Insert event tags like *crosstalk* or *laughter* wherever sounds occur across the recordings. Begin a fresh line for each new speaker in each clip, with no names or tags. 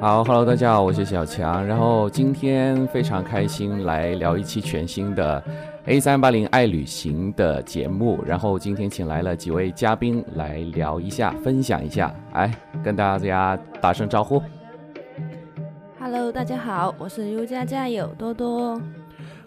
好，Hello，大家好，我是小强。然后今天非常开心来聊一期全新的 A 三八零爱旅行的节目。然后今天请来了几位嘉宾来聊一下，分享一下。哎，跟大家打声招呼。
Hello，大家好，我是优家家友多多。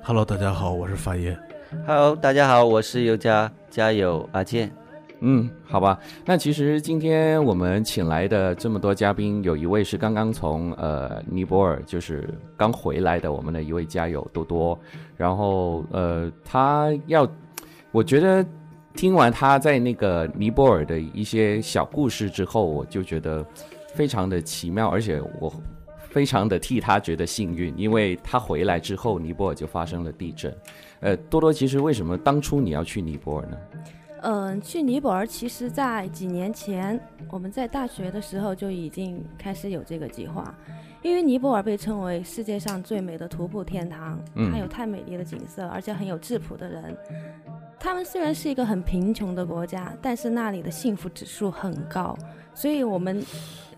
Hello，大家好，我是法爷。
Hello，大家好，我是尤佳加油阿健。
嗯，好吧。那其实今天我们请来的这么多嘉宾，有一位是刚刚从呃尼泊尔，就是刚回来的我们的一位家友多多。然后呃，他要，我觉得听完他在那个尼泊尔的一些小故事之后，我就觉得非常的奇妙，而且我非常的替他觉得幸运，因为他回来之后，尼泊尔就发生了地震。呃，多多，其实为什么当初你要去尼泊尔呢？
嗯，去尼泊尔其实，在几年前，我们在大学的时候就已经开始有这个计划，因为尼泊尔被称为世界上最美的徒步天堂，
嗯
它有太美丽的景色，而且很有质朴的人。他们虽然是一个很贫穷的国家，但是那里的幸福指数很高，所以我们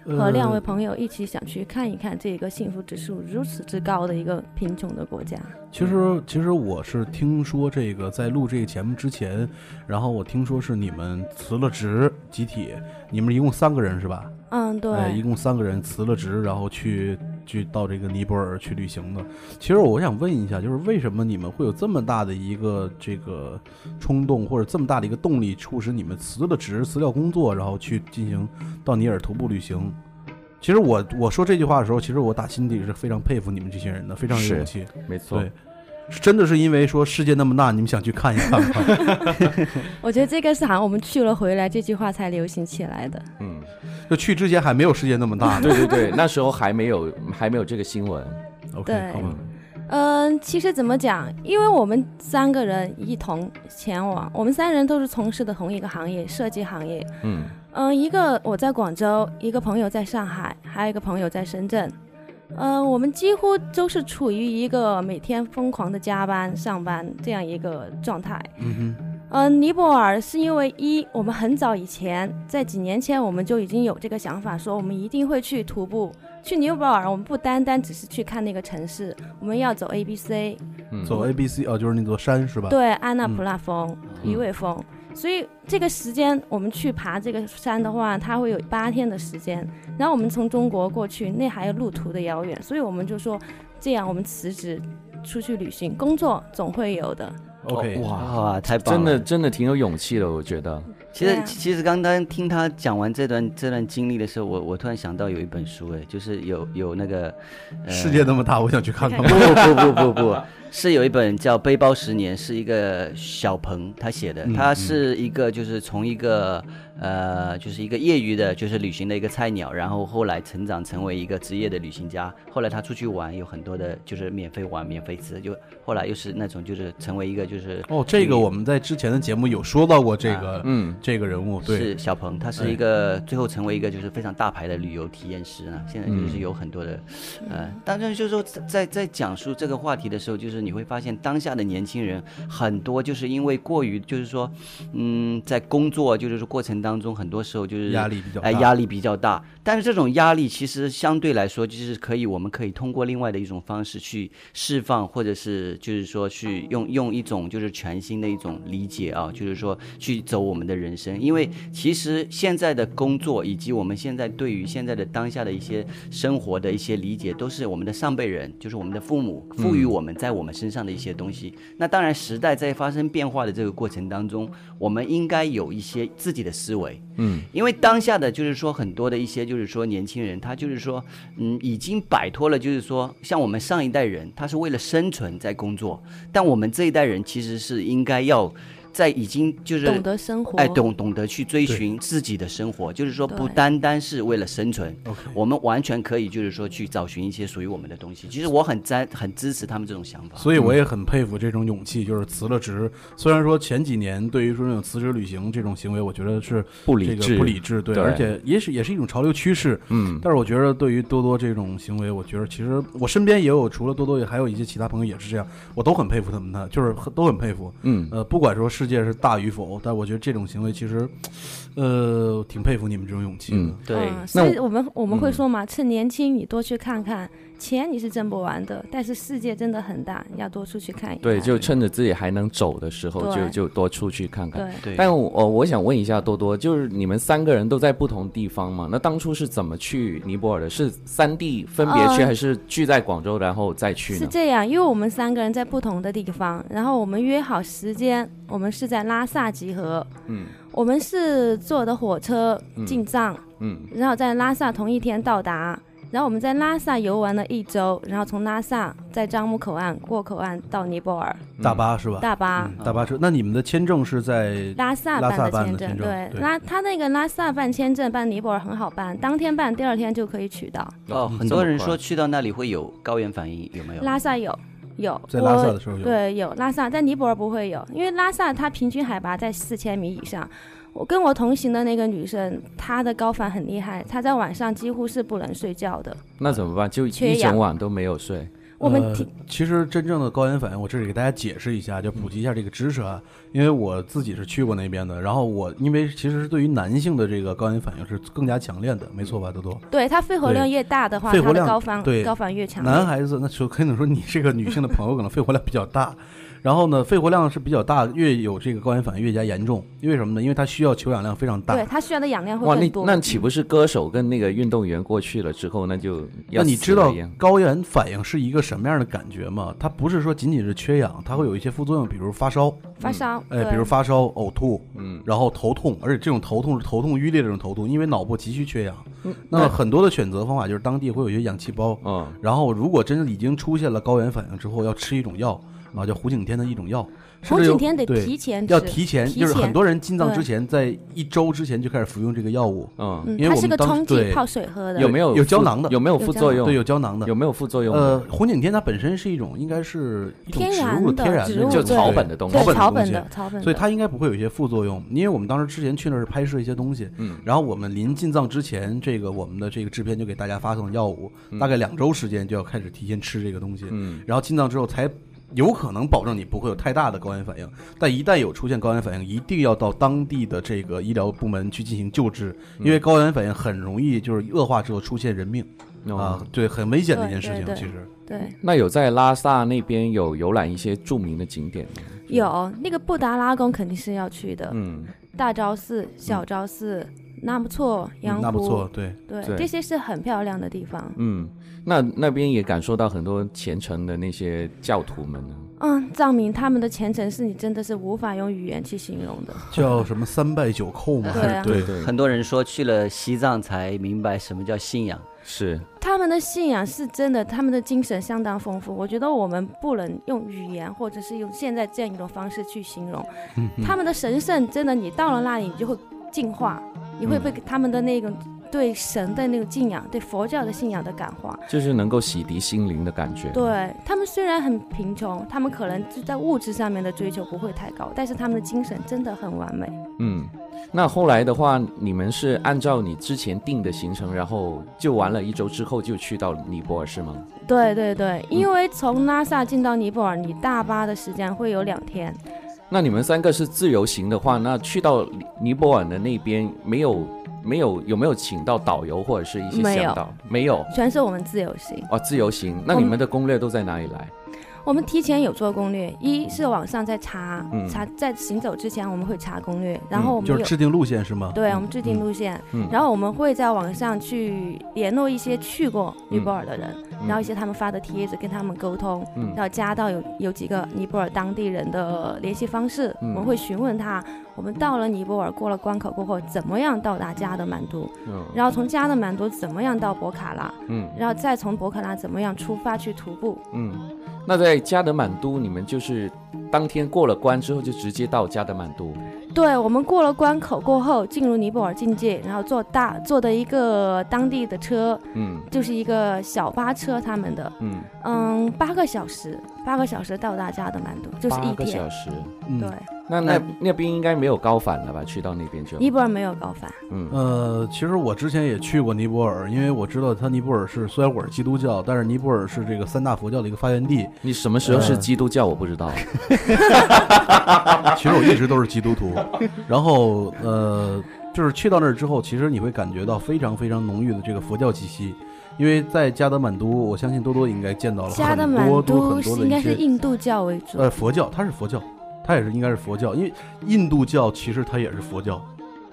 呃
和两位朋友一起想去看一看这个幸福指数如此之高的一个贫穷的国家。
其实，其实我是听说这个在录这个节目之前，然后我听说是你们辞了职，集体，你们一共三个人是吧？
嗯，对，
哎，一共三个人辞了职，然后去去到这个尼泊尔去旅行的。其实我想问一下，就是为什么你们会有这么大的一个这个冲动，或者这么大的一个动力，促使你们辞了职、辞掉工作，然后去进行到尼尔徒步旅行？其实我我说这句话的时候，其实我打心底是非常佩服你们这些人的，非常有勇
是
气。
没错，
对是真的是因为说世界那么大，你们想去看一看吗？ *laughs*
我觉得这个是好像我们去了回来这句话才流行起来的。
嗯。
就去之前还没有世界那么大呢。
*laughs* 对对对，那时候还没有还没有这个新闻，
OK，
对
好吧。
嗯，其实怎么讲，因为我们三个人一同前往，我们三人都是从事的同一个行业——设计行业。
嗯
嗯，一个我在广州，一个朋友在上海，还有一个朋友在深圳。嗯，我们几乎都是处于一个每天疯狂的加班、上班这样一个状态。
嗯哼，
呃，尼泊尔是因为一，我们很早以前，在几年前我们就已经有这个想法，说我们一定会去徒步。去尼泊尔，我们不单单只是去看那个城市，我们要走 A B C，
嗯，
走 A B C 哦，就是那座山是吧？
对，安娜
嗯
普拉峰、
嗯
鱼尾峰。所以这个时间我们去爬这个山的话，它会有八天的时间。然后我们从中国过去，那还有路途的遥远，所以我们就说，这样我们辞职出去旅行，工作总会有的。哦
，OK，
哇，
哇，太棒
真
了！
的真的挺有勇气的，我觉得，
其
对啊
实其实刚刚听他讲完这段这段经历的时候，我我突然想到有一本书，哎，就是有有那个、呃
世界那么大，我想去看看
不。不不不不，是有一本叫《背包十年》，是一个小鹏他写的
嗯，
他是一个就是从一个呃就是一个业余的，就是旅行的一个菜鸟，然后后来成长成为一个职业的旅行家。后来他出去玩，有很多的就是免费玩、免费吃，就后来又是那种就是成为一个就是
哦，这个我们在之前的节目有说到过这个、
嗯，
这个人物，对，哎
是小鹏，他是一个最后成为一个就是非常大牌的旅游体验师呢。现在
嗯
就是有很多的，呃，当然就是说在在在讲述这个话题的时候，就是你会发现当下的年轻人很多就是因为过于就是说，嗯，在工作就是说过程当中，很多时候就是
压力比较大。
哎，压力比较大。但是这种压力其实相对来说，就是可以，我们可以通过另外的一种方式去释放，或者是就是说去
哦
用用一种就是全新的一种理解啊，就是说去走我们的人生。因为其实现在的工作以及我们现在对于现在的当下的一些生活的一些理解，都是我们的上辈人，就是我们的父母
嗯
赋予我们在我们身上的一些东西。那当然，时代在发生变化的这个过程当中，我们应该有一些自己的思维。因为当下的就是说很多的一些就是说年轻人，他就是说，嗯，已经摆脱了，就是说像我们上一代人，他是为了生存在工作，但我们这一代人其实是应该要在已经就是
懂得生活，
哎懂懂得去追寻自己的生活，就是说不
对
单单是为了生存，
OK，
我们完全可以就是说去找寻一些属于我们的东西。其实我很赞很支持他们这种想法。
所以我也很佩服这种勇气，就是辞了职。虽然说前几年对于说这种辞职旅行这种行为，我觉得是
不
这
理
个
智，
不理智，对，
对
而且也许也是一种潮流趋势。
嗯，
但是我觉得，对于多多这种行为，我觉得其实我身边也有，除了多多，也还有一些其他朋友也是这样，我都很佩服他们的，就是很都很佩服。
嗯
呃，不管说世界是大与否，但我觉得这种行为其实，呃，挺佩服你们这种勇气的
嗯。
对，
嗯、所以
那
我们我们会
嗯
说嘛，趁年轻你多去看看，钱你是挣不完的，但是世界真的很大，你要多出去看一看。
对，就趁着自己还能走的时候，就
对
就多出去看看。
对。
对，
但我、呃我想问一下多多，就是你们三个人都在不同地方嘛？那当初是怎么去尼泊尔的？是三地分别去，
呃
还是聚在广州然后再去
是
呢？
这样，因为我们三个人在不同的地方，然后我们约好时间，我们是在拉萨集合。
嗯
我们是坐的火车
嗯
进藏，
嗯
然后在拉萨同一天到达。然后我们在拉萨游玩了一周，然后从拉萨在樟木口岸过口岸到尼泊尔
大巴是吧？
大巴。
嗯大巴车。那你们的签证是在
拉萨
拉萨
办的
办
签
的签
证，
证对
对，拉他那个拉萨办签证办尼泊尔很好办，当天办，第二天就可以取到。
哦，
嗯
很
这
多
么
人
快
说去到那里会有高原反应，有没有？
拉萨有，有，
在拉萨
我
的时候有
对，有拉萨，在尼泊尔不会有，因为拉萨它平均海拔在四千米以上。我跟我同行的那个女生，她的高反很厉害，她在晚上几乎是不能睡觉的。
那怎么办？就一
缺氧
整晚都没有睡。
我们
呃
挺
其实真正的高原反应，我这里给大家解释一下，就普及一下这个知识啊。因为我自己是去过那边的，然后我因为其实是对于男性的这个高原反应是更加强烈的，没错吧，多多？
对她肺活量越大的话，
肺活
她的
量
高反
对
高反越强烈。
男孩子那时候可能说你这个女性的朋友可能肺活量比较大，然后呢，肺活量是比较大，越有这个高原反应越加严重，因为什么呢？因为它需要求氧量非常大
对。她需要的氧量会
哇，那
更多。
那岂不是歌手跟那个运动员过去了之后，那就要
那你
死
知
了
道
一样
高原反应是一个什么样的感觉吗？它不是说仅仅是缺氧，它会有一些副作用，比如发烧，
发烧，
哎，
对
比如发烧、呕吐，
嗯，
然后头痛，而且这种头痛是头痛欲裂的这种头痛，因为脑部急需缺氧。
嗯
那么很多的选择方法就是当地会有一些氧气包，
嗯，
然后如果真的已经出现了高原反应之后，要吃一种药啊，叫胡景天的一种药。是
红
这
景
种
天得
对
提前吃，
要提前，
提
就是很
前
多人进藏之
对
前，在一周之前就开始服用这个药物。
嗯，
嗯，
因为
它
我
是
们
个
当时
冲剂
对
泡水喝的。
有没有
有胶
副
囊的
有没有
有
副
胶
作
囊
用？
对，嗯有胶囊的
有。没有副作用的？
呃，红景天它本身是一种，应该是一种
天
植
然
物
的
天然
植物
就
对
草本的东西
草
对
本
草
的
本
东
的嗯
西，啊
草本的，
所以它应该不会有一些副作用，因为我们当时之前去那儿拍摄一些东西，
嗯，
然后我们临进藏之前，这个我们的这个制片就给大家发送药物，大概两周时间就要开始提前吃这个东西，
嗯，
然后进藏之后才有可能保证你不会有太大的高原反应，但一旦有出现高原反应，一定要到当地的这个医疗部门去进行救治，因为高原反应很容易就是恶化之后出现人命
哦
啊，对，很危险的一件事
对
情，
对对
其实
对。
那有在拉萨那边有游览一些著名的景点吗？
有那个布达拉宫肯定是要去的，
嗯，
大昭寺、小昭寺、纳木错、羊
嗯
湖，
那不错，对，
对，
对
这些是很漂亮的地方。
嗯，那那边也感受到很多虔诚的那些教徒们呢。
嗯，藏民他们的虔诚是你真的是无法用语言去形容的。
叫什么三拜九叩嘛，
对啊
对。
对，
很多人说去了西藏才明白什么叫信仰。
是，
他们的信仰是真的，他们的精神相当丰富。我觉得我们不能用语言或者是用现在这样一种方式去形容，他们的神圣真的，你到了那里你就会进化，你会被他们的那种对神的那种敬仰、对佛教的信仰的感化。
就是能够洗涤心灵的感觉。，
对他们虽然很贫穷，他们可能就在物质上面的追求不会太高，但是他们的精神真的很完美。
嗯。那后来的话，你们是按照你之前定的行程，然后就玩了一周之后就去到尼泊尔是吗？
对对对，
嗯
因为从拉萨进到尼泊尔，你大巴的时间会有两天。
那你们三个是自由行的话，那去到尼尼泊尔的那边没有没有有没有请到导游或者是一些
没有
向导？没有
全是我们自由行，
哦，自由行。那
我
你
们
们的攻略都在哪里来？
我们提前有做攻略，一是网上在查、
嗯
查，在行走之前我们会查攻略，然后我们
就
有、
是制定路线是吗？
对我们制定路线，
嗯
然后我们会在网上去联络一些去过尼泊尔的人，
嗯
然后一些他们发的帖子跟他们沟通，
嗯
然后加到有有几个尼泊尔当地人的联系方式，
嗯
我们会询问他，我们到了尼泊尔过了关口过后，怎么样到达加德满都，
嗯
然后从加德满都怎么样到博卡拉，
嗯
然后再从博卡拉怎么样出发去徒步。
嗯。那在加德满都，你们就是当天过了关之后就直接到加德满都。
对我们过了关口过后，进入尼泊尔境界，然后坐大坐的一个当地的车，
嗯
就是一个小巴车他们的，
嗯，
嗯，八个小时，八个小时到达加德满都，就是
八
一
个
天
小。时。
嗯
对，
那那那边应该没有高反了吧？去到那边就，
尼泊尔没有高反，
嗯
呃，其实我之前也去过尼泊尔，因为我知道它尼泊尔是虽然我是基督教，但是尼泊尔是这个三大佛教的一个发源地。
你什么时候是基督教？我不知道。
*laughs* 其实我一直都是基督徒， *laughs* 然后呃，就是去到那儿之后，其实你会感觉到非常非常浓郁的这个佛教气息，因为在加德满都，我相信多多应该见到了
加德
很
满
多多
都
很
是
多的
应该
一
是
些
印度教为主，
呃佛教，它是佛教，它也是应该是佛教，因为印度教其实它也是佛教，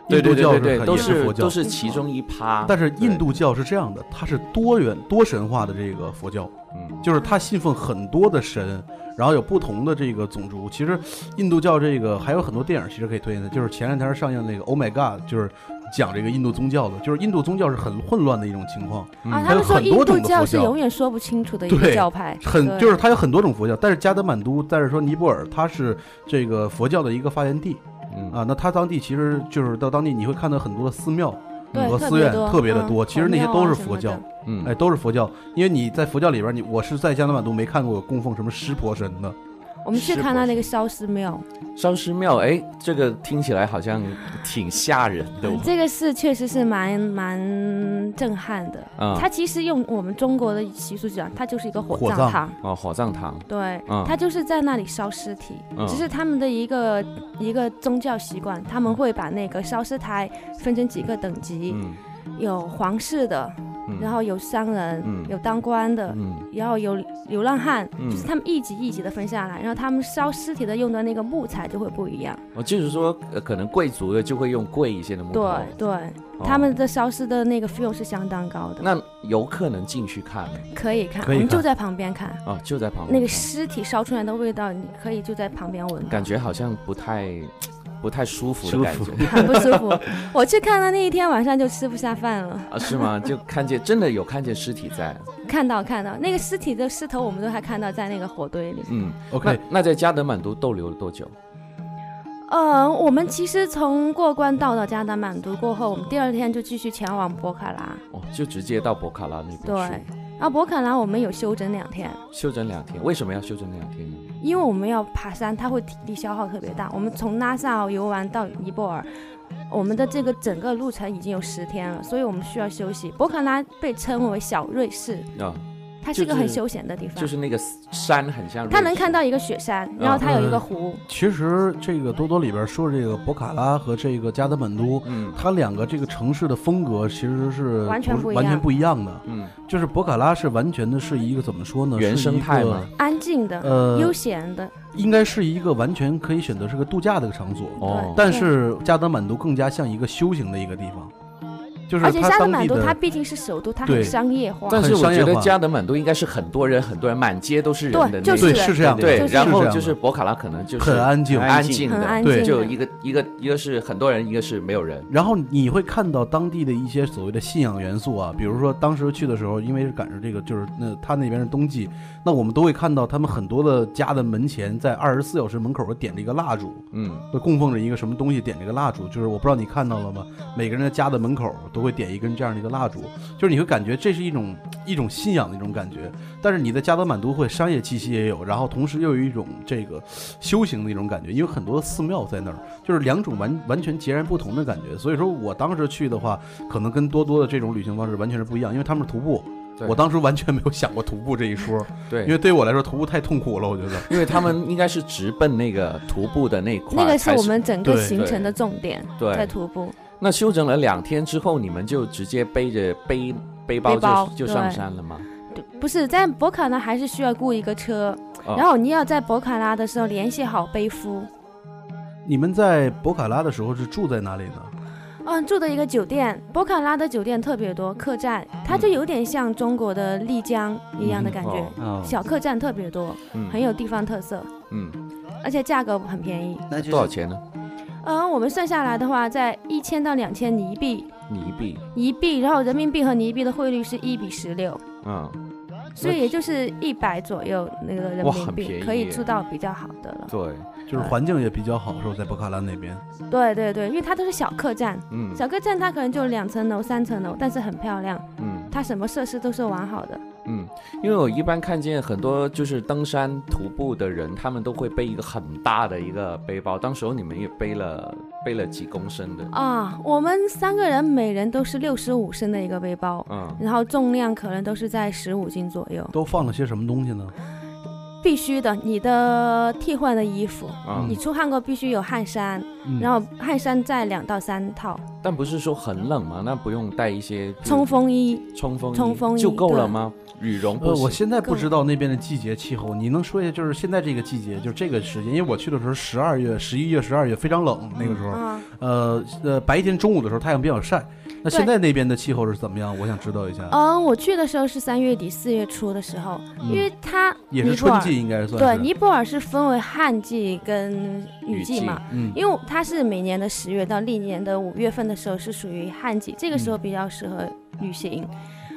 对对
印度呃教
对
是
对
它
对，都
也是佛教
都，是其中一趴。
但是印
啊对，
度教是这样的，它是多元多神化的这个佛教。
嗯，
就是他信奉很多的神，然后有不同的这个种族。其实印度教这个还有很多电影，其实可以推荐的，就是前两天上映那个《Oh My God》，就是讲这个印度宗教的，就是印度宗教是很混乱的一种情况，
嗯
啊，
还
他
有
们说
嗯很
印
多
度
种的
教
佛
是
教
永远说不清楚的一个
对
教派，
很
对
就是它有很多种佛教，但是加德满都，但是说尼泊尔它是这个佛教的一个发源地
嗯
啊，那它当地其实就是到当地你会看到很多的寺庙。
对
和
特
寺
别
院
多
特别的
嗯
多，其实那些
孔
都
庙啊
是
什
佛
么
教，
的
嗯
哎，都是佛教，因为你在佛教里边儿，你我是在加德满都没看过有供奉什么湿婆神的，
我们去
是
看
不
他
是
那个烧尸庙，
烧尸庙，哎，这个听起来好像挺吓人的哦。
嗯这个是确实是蛮蛮震撼的。
啊
它其实用我们中国的习俗讲，它就是一个火
火
葬
葬
场，
哦，火葬场，
对，
嗯
它就是在那里烧尸体，
嗯
只是他们的一个一个宗教习惯，他们会把那个烧尸台分成几个等级，
嗯，
有皇室的，
嗯
然后有商人，
嗯
有当官的，
嗯
然后有流浪汉，
嗯
就是他们一级一级的分下来，然后他们烧尸体的用的那个木材就会不一样。
哦，就是说，呃可能贵族的就会用贵一些的木头，
对对，
哦
他们的烧尸的那个费用是相当高的，
那游客能进去看吗？
可以看，
可以
我们就
看
在旁边看。
哦，就在旁边看。
那个尸体烧出来的味道，你可以就在旁边闻到，
感觉好像不太不太舒服的感
舒
觉
服
很不舒
*laughs*
服。我去看的那一天晚上就吃不下饭了。
啊？是吗？就看见真的有看见尸体在，
看到看到那个尸体的尸头，我们都还看到在那个火堆里。
嗯。
OK，
那那在加德满都逗留了多久？
呃，我们其实从过关到到加达满都过后，我们第二天就继续前往博卡拉。
哦，就直接到博卡拉那
对
边，
然后博卡拉我们有休整两天，
去休整两天。为什么要休整两天呢？
因为我们要爬山，它会体力消耗特别大。我们从拉萨哦游玩到尼泊尔，我们的这个整个路程已经有十天了，所以我们需要休息。博卡拉被称为小瑞士，
啊，
它是一个
就是
很休闲的地方，
就是那个山很像瑞士，
它能看到一个雪山，然后它有一个湖，嗯
其实这个多多里边说这个博卡拉和这个加德满都，
嗯
它两个这个城市的风格其实是
完全
不
不
是
一样
完全不一样的。
嗯，
就是博卡拉是完全的是一个怎么说呢？
原生态
嘛
吗？？
安静的、
呃，
悠闲的。
应该是一个完全可以选择是个度假的一个场所，
哦
但是加德满都更加像一个修行的一个地方，就是
而且
它
加德
当地
满都它
的。
毕竟是首都，它
对
很商业化。
但是我
很商业
觉
化
得加德满都应该是很多人，很多人满街都是人的那
对就
种
对，
是
是这样的，
对
就是
然后
这样
就
的
是博卡拉可能就是
很安静
很，安静
很安
的，
静的，
对
就一个一个一个是很多人，一个是没有人。
然后你会看到当地的一些所谓的信仰元素啊，比如说当时去的时候，因为是赶上这个就是那他那边是冬季，那我们都会看到他们很多的家的门前在二十四小时门口儿点着一个蜡烛，
嗯，
会供奉着一个什么东西，点着一个蜡烛，就是我不知道你看到了吗？每个人的家的门口儿都会点一根这样的一个蜡烛，就是你会感觉这是一种一种信仰的一种感觉，但是你在加德满都会商业气息也有，然后同时又有一种这个修行的一种感觉，因为很多寺庙在那儿，就是两种完完全截然不同的感觉。所以说我当时去的话，可能跟多多的这种旅行方式完全是不一样，因为他们是徒步，
对
我当时完全没有想过徒步这一说，
对，
因为对我来说徒步太痛苦了，我觉得。
因为他们应该是直奔那个徒步的那块
那
儿
个
开
是
始，
我们整个
对
行程的重点，
对
在徒步。
那休整了两天之后，你们就直接背着背背包就
背包
就
对
上山了吗？
不是在博卡拉还是需要雇一个车，
哦
然后你要在博卡拉的时候联系好背夫，
你们在博卡拉的时候是住在哪里呢？
嗯，住的一个酒店，博卡拉的酒店特别多，客栈
嗯
它就有点像中国的丽江一样的感觉，
哦，
小客栈特别多，
嗯，
很有地方特色，
嗯，
而且价格很便宜。
那就是
多少钱呢？
嗯，我们算下来的话，在一千到两千尼币，
尼币，
一币，然后人民币和尼币的汇率是一比十六，
嗯，
所以也就是一百左右那个人
哇
民
很便
币
宜
可
耶
以住到比较好的了。
对，
嗯
就是环境也比较好，是吧？在博卡拉那边，
对对对，因为它都是小客栈，
嗯
小客栈它可能就两层楼、三层楼，但是很漂亮，
嗯，
它什么设施都是完好的。
嗯，因为我一般看见很多就是登山徒步的人，他们都会背一个很大的一个背包。当时候你们也背了背了几公升的，
啊，我们三个人每人都是六十五升的一个背包，
嗯，
然后重量可能都是在十五斤左右，
都放了些什么东西呢？
必须的。你的替换的衣服，
啊、
你出汗过必须有汗衫，
嗯
然后汗衫在两到三套，
但不是说很冷吗？那不用带一些比如
冲锋衣。
冲锋衣
冲锋衣
就够了
对
吗？羽绒不
呃，我
行，
现在
够
不知道那边的季节气候，你能说一下，就是现在这个季节，就是这个时间，因为我去的时候十二月、十一月、十二月非常冷，那个时候，
啊，
呃呃，白天中午的时候太阳比较晒。那现在那边的气候是怎么样？我想知道一下。
嗯，我去的时候是三月底四月初的时候，
啊嗯
因为它
也
尼
是
泊
春
尔
季，应该算
对
是。
尼泊尔是分为旱季跟雨季嘛，
嗯，
因为它是每年的十月到历年的五月份的时候是属于旱季，这个时候比较适合旅行。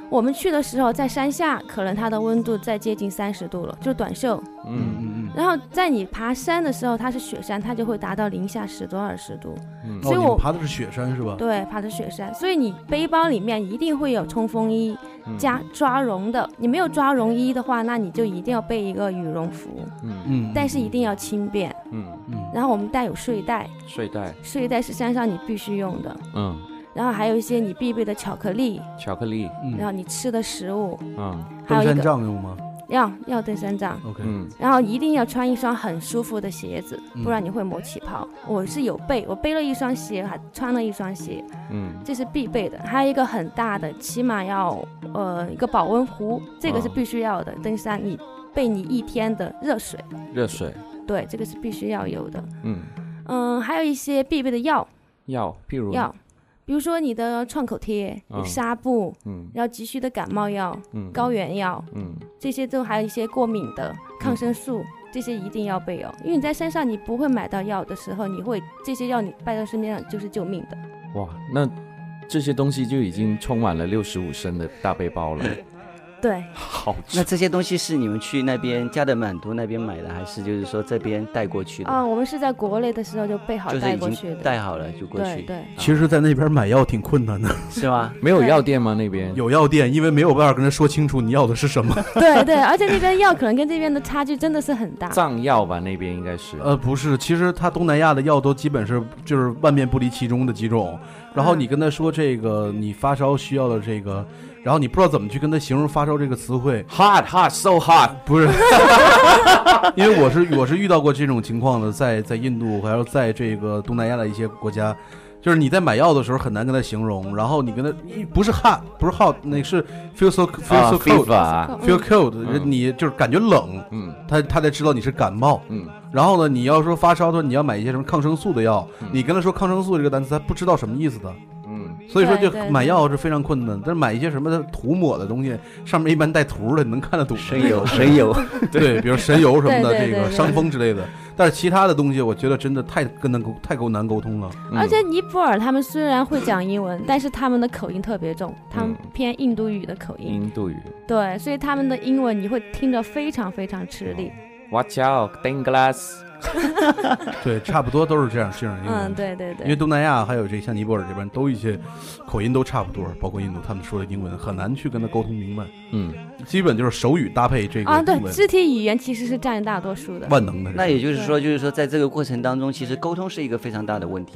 我们去的时候在山下，可能它的温度在接近三十度了，就短袖。
嗯
嗯
嗯嗯。
然后在你爬山的时候，它是雪山，它就会达到零下十多二十度。
嗯
哦，
所以
你们
我
爬的是雪山是吧？
对，爬的雪山，所以你背包里面一定会有冲锋衣
嗯
加抓绒的。你没有抓绒衣的话，那你就一定要备一个羽绒服，
嗯
嗯，
但是一定要轻便。
嗯，
嗯，
然后我们带有睡袋，
睡袋，
睡袋是山上你必须用的。
嗯，
然后还有一些你必备的巧克力，
巧克力，
嗯
然后你吃的食物，
嗯
还
登
有一
山
个
杖用吗
要要登山杖，
？OK，
嗯
然后一定要穿一双很舒服的鞋子，
嗯
不然你会磨起泡。我是有备，我背了一双鞋，还穿了一双鞋，
嗯
这是必备的。还有一个很大的，起码要呃一个保温壶，这个是
啊
哦
必须要的。登山你备你一天的热水，
热水，
对，这个是必须要有的。
嗯，
嗯，还有一些必备的药
药，譬
嗯
如
药，比如说你的创口贴、
啊
嗯
纱布，
嗯
然后急需的感冒药、
嗯
高原药，
嗯
这些都还有一些过敏的抗生素，这些一定要备哦。因为你在山上你不会买到药的时候，你会这些药你带到身边上就是救命的。
哇，那这些东西就已经充满了六十五升的大背包
*laughs*
了，
对，
好
那这些东西是你们去那边加德满都那边买的，还是就是说这边带过去的？
啊、我们是在国内的时候就备好
就是
带
已
过去
经
的。
带好了就过
对
去，
对， *laughs*
其实，在那边买药挺困难的，
*laughs*
是吗？
没有药店吗？那边
有药店，因为没有办法跟他说清楚你要的是什么。
对对，而且那边药可能跟这边的差距真的是很
*laughs*
大。
藏药吧？那边应该是，
*laughs* 呃，不是，其实它东南亚的药都基本是就是万变不离其中的几种。然后你跟他说这个你发烧需要的这个，然后你不知道怎么去跟他形容发烧这个词汇，
hot hot so hot，
*laughs* 不是，因为我是我是遇到过这种情况的，在在印度还有在这个东南亚的一些国家。就是你在买药的时候很难跟他形容，然后你跟他你不是 hot 不是 hot，那是 feel so feel
啊
so cold、
，fever，
feel cold，、
嗯
你就是感觉冷，
嗯
他他才知道你是感冒。
嗯
然后呢，你要说发烧的时候，你要买一些什么抗生素的药，你跟他说抗生素这个单词，他不知道什么意思的，
嗯，
所以说就
对对对
买药是非常困难。但是买一些什么涂抹的东西，上面一般带图的，你能看得懂的。
神游，神游，
对，比如神油什么的，
对对
这
对
个
对
伤风之类的。但是其他的东西，我觉得真的太跟难沟，太够难沟通了。
嗯
而且尼泊尔他们虽然会讲英文，但是他们的口音特别重，他们
嗯
偏印度语的口
嗯
音。
印度语
对，所以他们的英文你会听着非常非常吃
哦
力。
，watch out，thin glass，
对，差不多都是这样这样的英文
嗯，。对对
因为
对，
东南亚还有这像尼泊尔这边都一些口音都差不多，包括印度，他们说的英文很难去跟他沟通明白，
嗯
基本就是手语搭配这个
啊，对
英，文，
肢体语言其实是占大多数的。
万能的。
*laughs* 那也就是说，就是说，在这个过程当中，其实沟通是一个非常大的问题。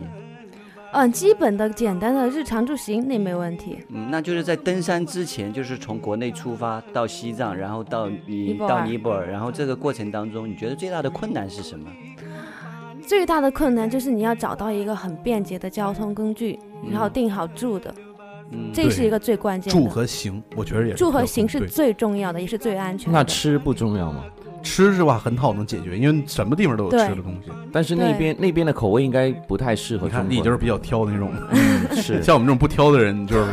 嗯，基本的、简单的日常住行那没问题。
嗯，那就是在登山之前，就是从国内出发到西藏，然后到
尼
你
泊尔
到尼泊尔，然后这个过程当中，你觉得最大的困难是什么？
最大的困难就是你要找到一个很便捷的交通工具，
嗯
然后订好住的，
嗯，
这是一个最关键
住
的。
和行，我觉得也是
住和
比较
行
对
是最重要的，也是最安全的。
那吃不重要吗？
吃是吧，很好能解决，因为什么地方都有吃的东西。
但是那边那边的口味应该不太适合中
你看，
国。嗯
你就是比较挑的那种，
是
*laughs* 像我们这种不挑的人，就是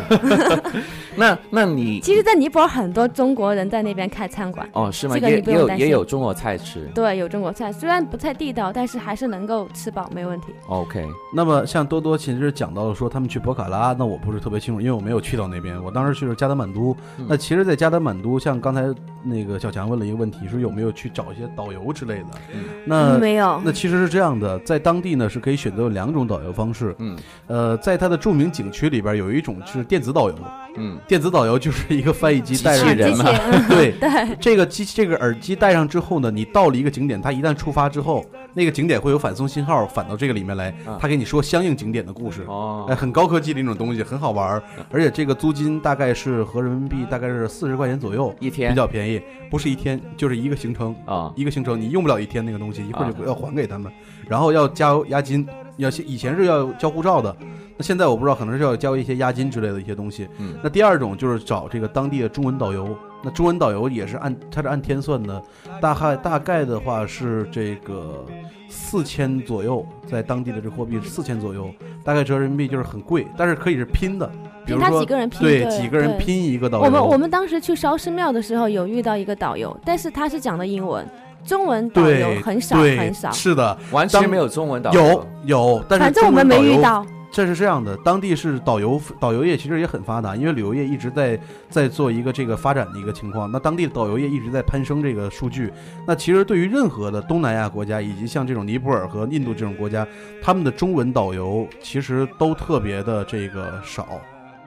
那那你
其实，在尼泊尔很多中国人在那边开餐馆，
哦是吗？
这个
也
你不
也
用
有
担
也
心
有中国菜吃
对，有中国菜，虽然不太地道，但是还是能够吃饱，没问题。
，OK，
那么像多多其实讲到了说他们去博卡拉，那我不是特别清楚，因为我没有去到那边。我当时去了加德满都，
嗯
那其实，在加德满都，像刚才那个小强问了一个问题，说有没有去找一些导游之类的？
嗯
那
没有
那其实是这样的，在当地呢是可以选择有两种导游方式。
嗯
呃，在它的著名景区里边有一种是电子导游，
嗯，
电子导游就是一个翻译机
机
带
器
上
啊
人
机器
嘛
人
对，
对，
这个机这个耳机戴上之后呢，你到了一个景点，它一旦触发之后，那个景点会有反送信号反到这个里面来
啊，
它给你说相应景点的故事。哎，
哦，
很高科技的一种东西，很好玩儿，而且这个租金大概是合人民币大概是四十块钱左右，
一天
比较便宜，不是一天就是一个行程，
啊
一个行程你用不了一天那个东西，一会儿
啊
就要还给他们，然后要加押金，要先以前是要交护照的，那现在我不知道可能是要交一些押金之类的一些东西。
嗯
那第二种就是找这个当地的中文导游，那中文导游也是按他是按天算的，大概大概的话是这个四千左右，在当地的这货币四千左右，大概折人民币就是很贵，但是可以是拼的， *laughs* 比
凭
如
他
说
几个人拼，
对几个人
对
拼一个导游，
我们我们当时去烧寺庙的时候，有遇到一个导游，但是他是讲的英文，中文导游
对
很少
对
很少，
是的，
完全没有中文导游
有有，但是
反正我们
中
没
文导游
遇到。
这是这样的，当地是导游导游业其实也很发达，因为旅游业一直在在做一个这个发展的一个情况。那当地的导游业一直在攀升这个数据。那其实对于任何的东南亚国家，以及像这种尼泊尔和印度这种国家，他们的中文导游其实都特别的这个少，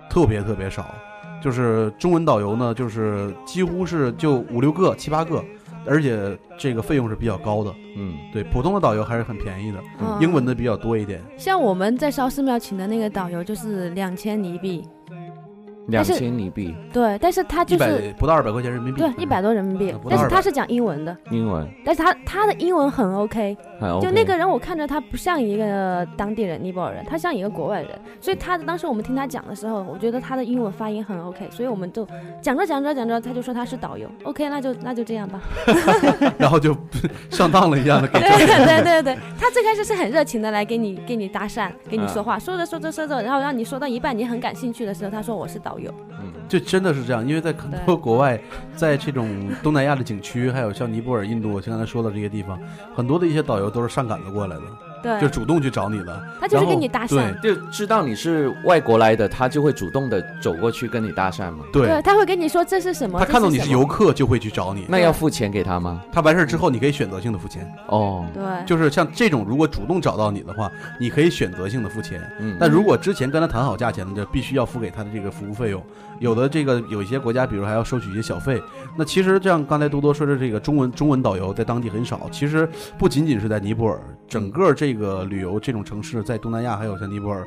特别特别少。就是中文导游呢，就是几乎是就五六个、七八个，而且这个费用是比较高的。
嗯
对，普通的导游还是很便宜的，
嗯
英文的比较多一点。
像我们在烧寺庙请的那个导游就是两千尼币，
两
但是
千尼币
对，但是他
一
就
百
是
不到二百块钱人民币，
对一百多人民币
嗯，不到
但是
200
他是讲英文的，
英文，
但是他他的英文很 OK，
很 OK
就那个人我看着他不像一个当地人尼泊尔人，他像一个国外人，所以他当时我们听他讲的时候，我觉得他的英文发音很 OK，所以我们就讲着讲着讲着，他就说他是导游，OK，那就那就这样吧。
然后就上当了一样的
*laughs*
给。*laughs*
对对对对，他最开始是很热情的来给你给你搭讪，给
嗯
你说话，说着说着说着，然后让你说到一半你很感兴趣的时候，他说我是导游，
嗯
就真的是这样，因为在很多
对
国外，在这种东南亚的景区，还有像尼泊尔、印度，我刚才说的这些地方，很多的一些导游都是上赶着过来的，
对
就，主动去找你了。
他就是
然后
跟你搭讪，
就知道你是外国来的，他就会主动的走过去跟你搭讪吗？
对
对，
对，
他会跟你说这是什么，
他看到你
这
是
什么
游，客就会去找你。
那要付钱给他吗？
他完事儿之后，你可以选择性的付钱，
哦，
对，
就是像这种如果主动找到你的话，你可以选择性的付钱。
嗯，
但如果之前跟他谈好价钱了，就必须要付给他的这个服务费用。有的这个有一些国家，比如还要收取一些小费。那其实像刚才多多说的，这个中文中文导游在当地很少。其实不仅仅是在尼泊尔，整个这个旅游这种城市，在东南亚还有像尼泊尔，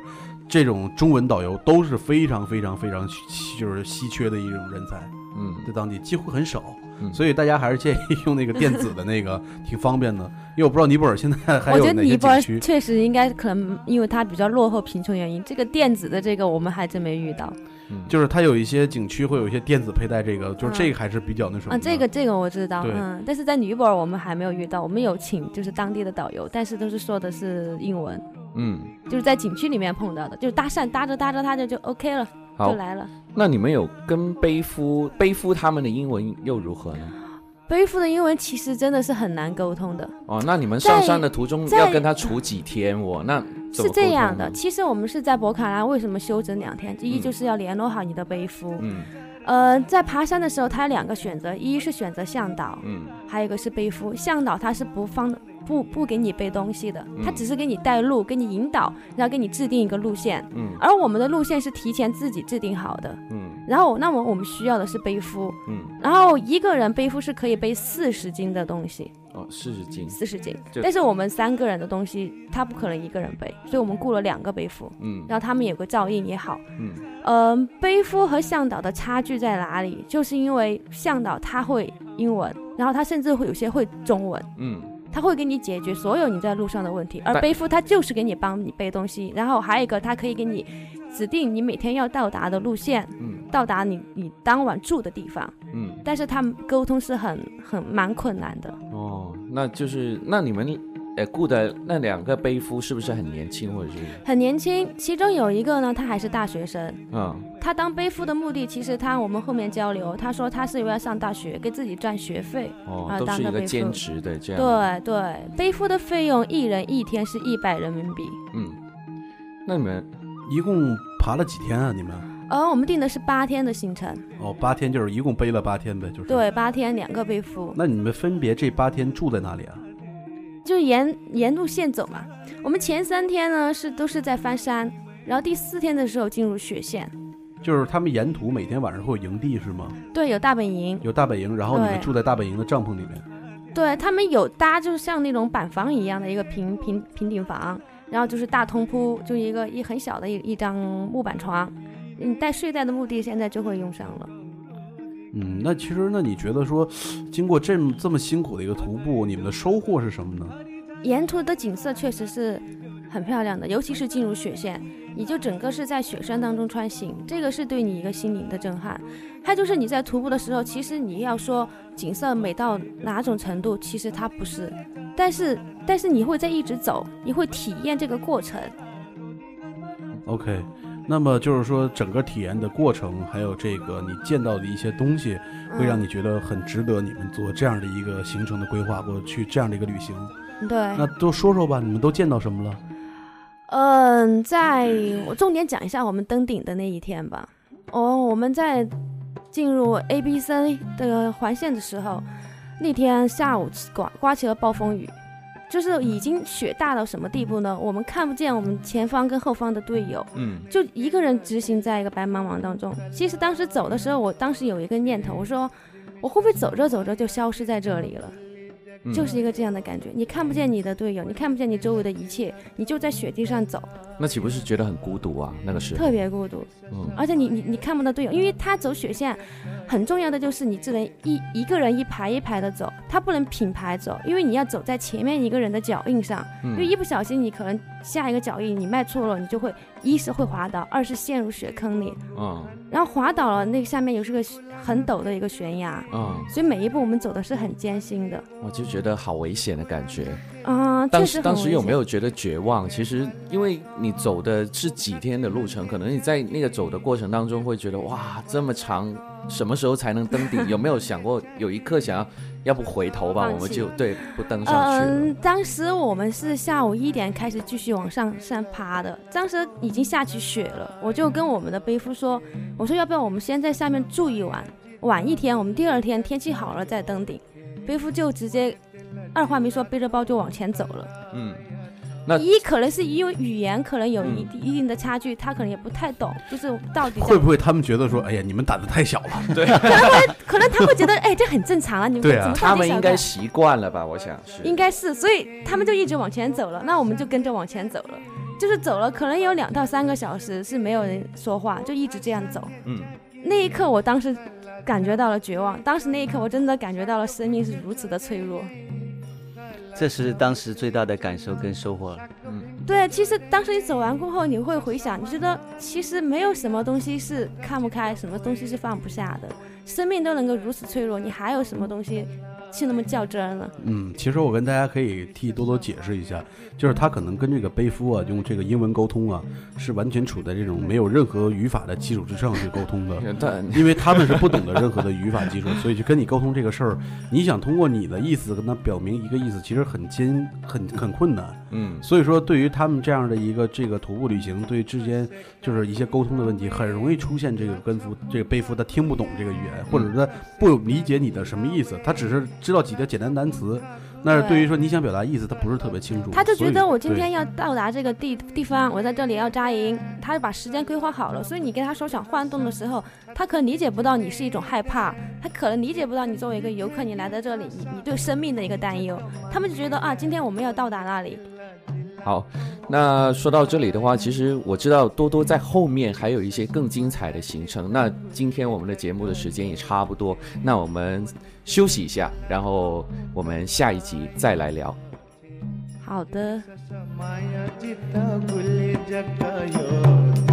这种中文导游都是非常非常非常稀就是稀缺的一种人才，
嗯
在当地几乎很少
嗯。
所以大家还是建议用那个电子的那个，挺方便的。因为我不知道尼泊尔现在还
我
有
觉得
哪
尼
些
泊尔
景区。
确实应该可能因为它比较落后、贫穷原因，这个电子的这个我们还真没遇到。
嗯
就是它有一些景区会有一些电子佩戴，这个就
嗯
是这个还是比较那什么的。
啊，这个这个我知道，
对
嗯，但是在尼泊尔我们还没有遇到，我们有请就是当地的导游，但是都是说的是英文，
嗯，
就是在景区里面碰到的，就是搭讪搭着搭着搭着就 OK 了，就
好，
来了。
那你们有跟背夫背夫他们的英文又如何呢？
背负的英文其实真的是很难沟通的，
哦，那你们上
在
山的途中
在
要跟他处几天哦？那怎
是
么沟
这
通
样的。
呢
其实我们是在博卡拉，为什么休整两天？第一
嗯
就是要联络好你的背夫。
嗯
呃，在爬山的时候，它有两个选择，一是选择向导，
嗯
还有一个是背夫。向导他是不放不不给你背东西的，他
嗯
只是给你带路，给你引导，然后给你制定一个路线。
嗯
而我们的路线是提前自己制定好的。
嗯
然后，那么我们需要的是背夫，
嗯，
然后一个人背夫是可以背四十斤的东西，
哦，四十斤，
四十斤
就。
但是我们三个人的东西，他不可能一个人背，所以我们雇了两个背夫，
嗯
然后他们有个照应也好。
嗯
嗯、背夫和向导的差距在哪里？就是因为向导他会英文，然后他甚至会有些会中文。
嗯
他会给你解决所有你在路上的问题，而
但
背夫他就是给你帮你背东西，然后还有一个他可以给你指定你每天要到达的路线，
嗯
到达你你当晚住的地方，
嗯，
但是他们沟通是很很蛮困难的。
哦，那就是那你们呃雇的那两个背夫是不是很年轻，或者是
很年轻，其中有一个呢，他还是大学生。
嗯
他当背夫的目的，其实他我们后面交流，他说他是因为要上大学，给自己赚学费。
哦
啊
都
当
是一
个
个
背夫
兼职的这样，
对对，背夫的费用一人一天是一百人民币，
嗯，那你们
一共爬了几天啊？你们？
而哦我们定的是八天的行程，
哦，八天就是一共背了八天呗，就是。。
对，八天两个背夫。
那你们分别这八天住在哪里啊？
就是沿沿路线走嘛。我们前三天呢是都是在翻山，然后第四天的时候进入雪线，
就是他们沿途每天晚上会有营地是吗？
对，有大本营，
有大本营，然后你们
对
住在大本营的帐篷里面。
对他们有搭，就是像那种板房一样的一个平平平顶房，然后就是大通铺，就一个一很小的一一张木板床。你带睡袋的目的现在就会用上了。
嗯，那其实那你觉得说，经过这么这么辛苦的一个徒步，你们的收获是什么呢？
沿途的景色确实是很漂亮的，尤其是进入雪线，你就整个是在雪山当中穿行，这个是对你一个心灵的震撼。还有就是你在徒步的时候，其实你要说景色美到哪种程度，其实它不是，但是但是你会在一直走，你会体验这个过程。
OK，那么就是说整个体验的过程，还有这个你见到的一些东西，会让
嗯
你觉得很值得你们做这样的一个行程的规划，或者去这样的一个旅行。
对，
那都说说吧，你们都见到什么了？
嗯，在我重点讲一下我们登顶的那一天吧。哦，我们在进入 A B C 的环线的时候，那天下午刮刮起了暴风雨，就是已经雪大到什么地步呢？我们看不见我们前方跟后方的队友，
嗯
就一个人执行在一个白茫茫当中。其实当时走的时候，我当时有一个念头，我说我会不会走着走着就消失在这里了？
嗯
就是一个这样的感觉，你看不见你的队友，你看不见你周围的一切，你就在雪地上走。
那岂不是觉得很孤独啊？那个时候
特别孤独，
嗯
而且你你你看不到队友，因为他走雪线，很重要的就是你只能一一个人一排一排的走，他不能平排走，因为你要走在前面一个人的脚印上，因为一
嗯
不小心你可能下一个脚印你迈错了，你就会一是会滑倒，二是陷入雪坑里，
嗯
然后滑倒了那个下面又是个很陡的一个悬崖，
嗯，
所以每一步我们走的是很艰辛的，
我就觉得好危险的感觉。
啊、确
当
实
时
很
当时有
危
没
险
有觉得绝望？其实因为你走的是几天的路程，可能你在那个走的过程当中会觉得哇，这么长，什么时候才能登
*laughs*
顶？有没有想过有一刻想要，要不回头吧，
放
我们
弃
就对不登上去了。
嗯，当时我们是下午一点开始继续往上山爬的，当时已经下起雪了，我就跟我们的背夫说，我说要不要我们先在下面住一晚，晚一天，我们第二天天气好了再登顶。背夫就直接二话没说，背着包就往前走了。
嗯，那
一可能是因为语言可能有一
嗯
一定的差距，他可能也不太懂，就是到底在
会不会他们觉得说，哎呀，你们胆子太小了？ *laughs*
可能他会觉得，哎，这很正常啊，你们
对啊
怎么
他
到底
们
想
应该
干
习惯了吧？我想是
应该是，所以他们就一直往前走了，那我们就跟着往前走了，就是走了，可能有两到三个小时是没有人说话，就一直这样走。
嗯
那一刻，我当时感觉到了绝望，当时那一刻，我真的感觉到了生命是如此的脆弱。
嗯这是当时最大的感受跟收获了。
嗯
对，其实当时你走完过后，你会回想，你觉得其实没有什么东西是看不开，什么东西是放不下的，生命都能够如此脆弱，你还有什么东西是那么较真儿呢？
嗯，其实我跟大家可以替多多解释一下，就是他可能跟这个背夫啊，用这个英文沟通啊，是完全处在这种没有任何语法的基础之上去沟通的。
嗯
嗯但
因为他们是不懂得任何的语法基础，所以去跟你沟通这个事儿，你想通过你的意思跟他表明一个意思，其实很艰很很困难。
嗯
所以说，对于他们这样的一个这个徒步旅行，对之间就是一些沟通的问题，很容易出现这个跟夫这个背夫他听不懂这个语言，或者是他不理解你的什么意思，他只是知道几个简单单词，但是对于说你想表达意思，他不是特别清楚。
他就觉
嗯所以
得我今天要到达这个地地方，我在这里要扎营，他就把时间规划好了。所以你跟他说想换动的时候，他可能理解不到你是一种害怕，他可能理解不到你作为一个游客，你来到这里，你你对生命的一个担忧，他们就觉得啊，今天我们要到达那里，
好，那说到这里的话，其实我知道多多在后面还有一些更精彩的行程。那今天我们的节目的时间也差不多，那我们休息一下，然后我们下一集再来聊。
好的。
माया जिता गुले जटायो